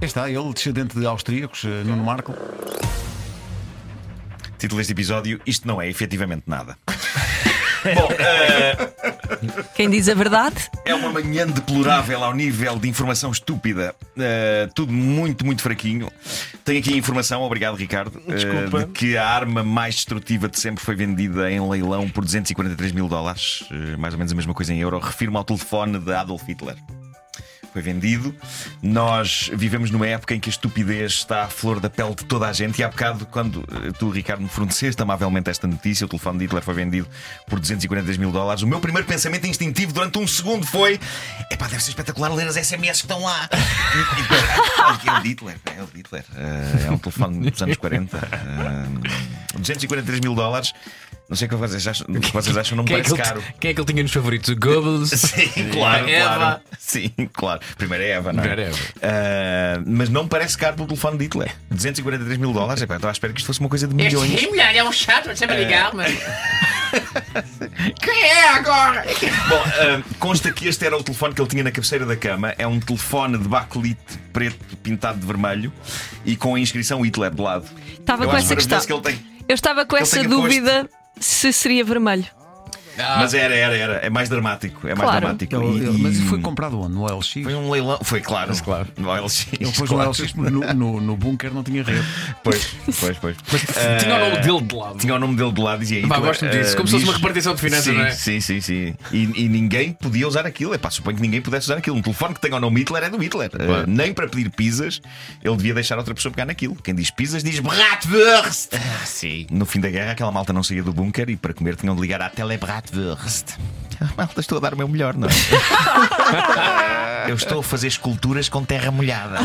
Aí Está ele, descendente de austríacos, eh, Nuno Marco. Título deste episódio: Isto não é efetivamente nada. Quem diz a verdade? É uma manhã deplorável ao nível de informação estúpida. Uh, tudo muito, muito fraquinho. Tenho aqui a informação, obrigado Ricardo, uh, Desculpa. de que a arma mais destrutiva de sempre foi vendida em leilão por 243 mil dólares, uh, mais ou menos a mesma coisa em euro. Refiro-me ao telefone de Adolf Hitler. Foi vendido. Nós vivemos numa época em que a estupidez está à flor da pele de toda a gente. E há bocado, quando uh, tu, Ricardo, me forneceste amavelmente esta notícia, o telefone de Hitler foi vendido por 243 mil dólares. O meu primeiro pensamento instintivo durante um segundo foi: epá, deve ser espetacular ler as SMS que estão lá. E depois, "Ah, é o de Hitler, é o de Hitler. Uh, É um telefone dos anos 40. Uh, 243 mil dólares. Não sei o que vocês acham, o que vocês acham não me Quem é, que parece ele, caro. quem é que ele tinha nos favoritos? O Goebbels? Sim, claro, Eva. claro. Sim, claro. Primeiro é Eva, não é? Primeiro é Eva. Ah, mas não me parece caro pelo telefone de Hitler. 243 mil dólares. Epá, eu estava à espera que isto fosse uma coisa de milhões. Himmler é um chato, você vai ligar, mano. Bom, ah, consta que este era o telefone que ele tinha na cabeceira da cama. É um telefone de bacolite preto pintado de vermelho e com a inscrição Hitler de lado. Estava eu com acho essa questão. maravilhoso que ele tem. Eu estava com ele essa tenha posto. É, dúvida se seria vermelho. Ah, Mas era, era, era. É mais dramático. É mais Claro. dramático. Ele- E- ele- e- Mas foi comprado onde? No LX? Foi um leilão. Foi claro. claro. No LX. Ele pôs um claro. no LX porque no, no, no bunker não tinha rede. Pois, pois, pois. eh, Tinha o nome dele de lado. Tinha o nome dele de lado e dizia Pá, Hitler, gosto disso. eh, Como se diz- fosse uma repartição de finanças, sim, não é? Sim, sim, sim. E, e ninguém podia usar aquilo. Epá, suponho que ninguém pudesse usar aquilo. Um telefone que tenha o nome Hitler é do Hitler. Eh, Claro. nem para pedir pizzas, ele devia deixar outra pessoa pegar naquilo. Quem diz pizzas diz Bratwurst. Ah, sim. No fim da guerra, aquela malta não saía do bunker e para comer tinham de ligar à Telebratwurst. Ah, Malta, estou a dar o meu melhor, não é? Eu estou a fazer esculturas com terra molhada.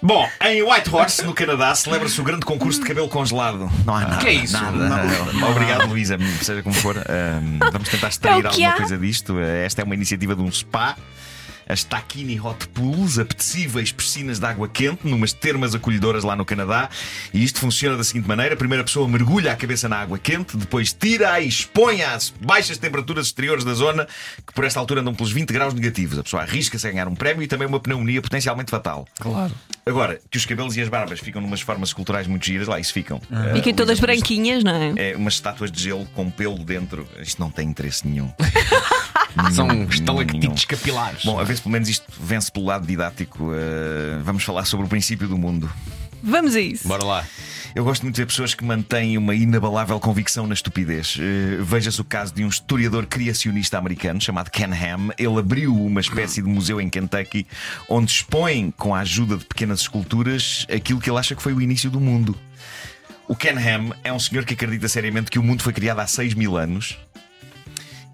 Bom, em Whitehorse, no Canadá, celebra-se o grande concurso de cabelo congelado. Não há nada. que é isso? Nada. Obrigado, Luísa, seja como for. Ahm, vamos tentar É o extrair que alguma há. coisa disto. Eh, Esta é uma iniciativa de um spa. As Takini Hot Pools, apetecíveis piscinas de água quente, numas termas acolhedoras lá no Canadá. E isto funciona da seguinte maneira: a primeira pessoa mergulha a cabeça na água quente, depois tira-a e expõe às baixas temperaturas exteriores da zona, que por esta altura andam pelos 20 graus negativos. A pessoa arrisca-se a ganhar um prémio e também uma pneumonia potencialmente fatal. Claro. Agora, que os cabelos e as barbas ficam numas formas culturais muito giras, lá isso ficam. Ah, Fiquem o todas exemplo disto branquinhas, não é? É umas estátuas de gelo com pelo dentro. Isto não tem interesse nenhum. São um estalactites capilares. Bom, a ver se pelo menos isto vence pelo lado didático. Ah, vamos falar sobre o princípio do mundo. Vamos a isso. Bora lá. Eu gosto muito de ver pessoas que mantêm uma inabalável convicção na estupidez. Eh, Veja-se o caso de um historiador criacionista americano chamado Ken Ham. Ele abriu uma espécie de museu em Kentucky onde expõe, com a ajuda de pequenas esculturas, aquilo que ele acha que foi o início do mundo. O Ken Ham é um senhor que acredita seriamente que o mundo foi criado há 6 mil anos.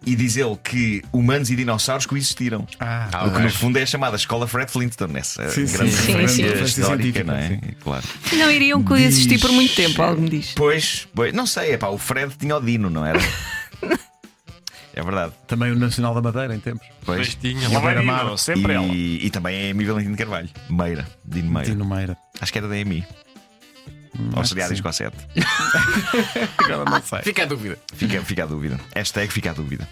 E diz ele que humanos e dinossauros coexistiram. Ah. o que no fundo é a chamada escola Fred Flintstone, essa Sim, sim, grande sim. referência Sim, sim. histórica, Científica, não é? sim. Claro. Não iriam coexistir por muito tempo, algo me diz. Pois, pois, não sei, é pá, o Fred tinha o Dino, não era? é verdade. Também o Nacional da Madeira, em tempos. Pois. Festinha, lá vai Beira-Mar. Nino, sempre ela. E, e também é Emi Valentim de Carvalho, Meira, Dino Meira. Dino Meira. Acho que era da Emi. Ou seria a Disco 7. Agora não sei. Fica a dúvida. Fica, fica a dúvida. Hashtag fica a dúvida.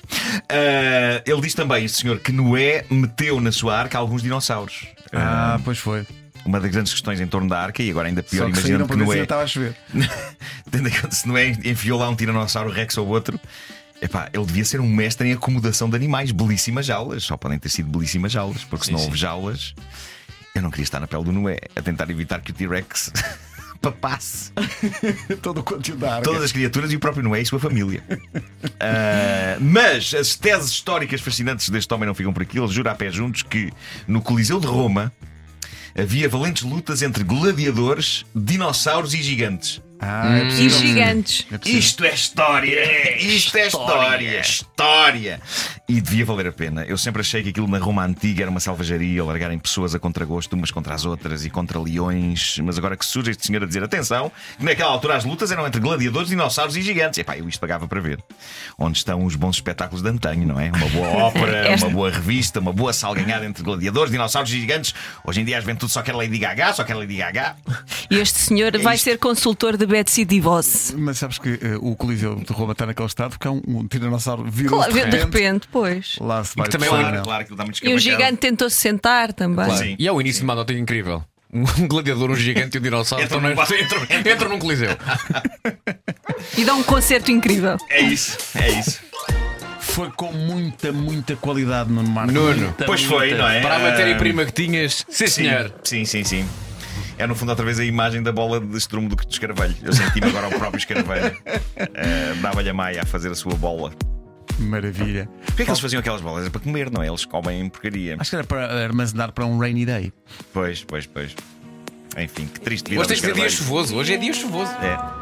Ah, ele diz também, este senhor, que Noé meteu na sua arca alguns dinossauros. Ah, pois foi. Uma das grandes questões em torno da arca, e agora ainda pior, Só que saíram imaginando que é. para dizer Noé. estava a chover. Tendo em conta se não é, enfiou lá um tiranossauro Rex ou outro. Epá, ele devia ser um mestre em acomodação de animais, belíssimas jaulas. Só podem ter sido belíssimas jaulas, porque se não houve jaulas, eu não queria estar na pele do Noé a tentar evitar que o T-Rex papasse Todo o conteúdo da arca. todas as criaturas e o próprio Noé e sua família. Ah, mas as teses históricas fascinantes deste homem não ficam por aqui. Ele jura a pé juntos que no Coliseu de Roma havia valentes lutas entre gladiadores, dinossauros e gigantes. Ah, Hum. é E possível. gigantes. É possível. Isto é história! Isto é história! História! E devia valer a pena. Eu sempre achei que aquilo na Roma Antiga era uma selvageria, largarem pessoas a contragosto umas contra as outras e contra leões. Mas agora que surge este senhor a dizer atenção, que naquela altura as lutas eram entre gladiadores, dinossauros e gigantes. Epá, eu isto pagava para ver. Onde estão os bons espetáculos de antanho, não é? Uma boa ópera, Esta- uma boa revista, uma boa salganhada entre gladiadores, dinossauros e gigantes. Hoje em dia a juventude só quer Lady Gaga, só quer Lady Gaga. É E este senhor vai ser consultor de Betsy DeVos. Mas sabes que eh, o Coliseu de Roma está naquele estado porque há um, um tiranossauro virou Claro, de repente, pois. Lá se vai também o é um sangue, Claro, não. claro, aquilo está muito E o escabachado. gigante tentou se sentar também. Claro. Sim. E é o início de uma nota incrível. Um gladiador, um gigante e um dinossauro Entra entram, num quarto. entram, entram num coliseu. E dá um concerto incrível. É isso, é isso. Foi com muita, muita qualidade no Marco. Nuno. Muita, Pois foi, muita. não é? Para a Ah, matéria-prima que tinhas, Sim, sim, senhor. Sim, sim, sim. É no fundo outra vez a imagem da bola de estrume do de escarvalho. Eu senti-me agora o próprio escarvalho. Ah, Dava-lhe a maia a fazer a sua bola. Maravilha. Porquê é que eles faziam aquelas bolas? É para comer, não é? Eles comem porcaria. Acho que era para armazenar para um rainy day. Pois, pois, pois. Enfim, que triste vida. Hoje tens do de ser dia escarvalho. chuvoso, hoje é dia chuvoso. É.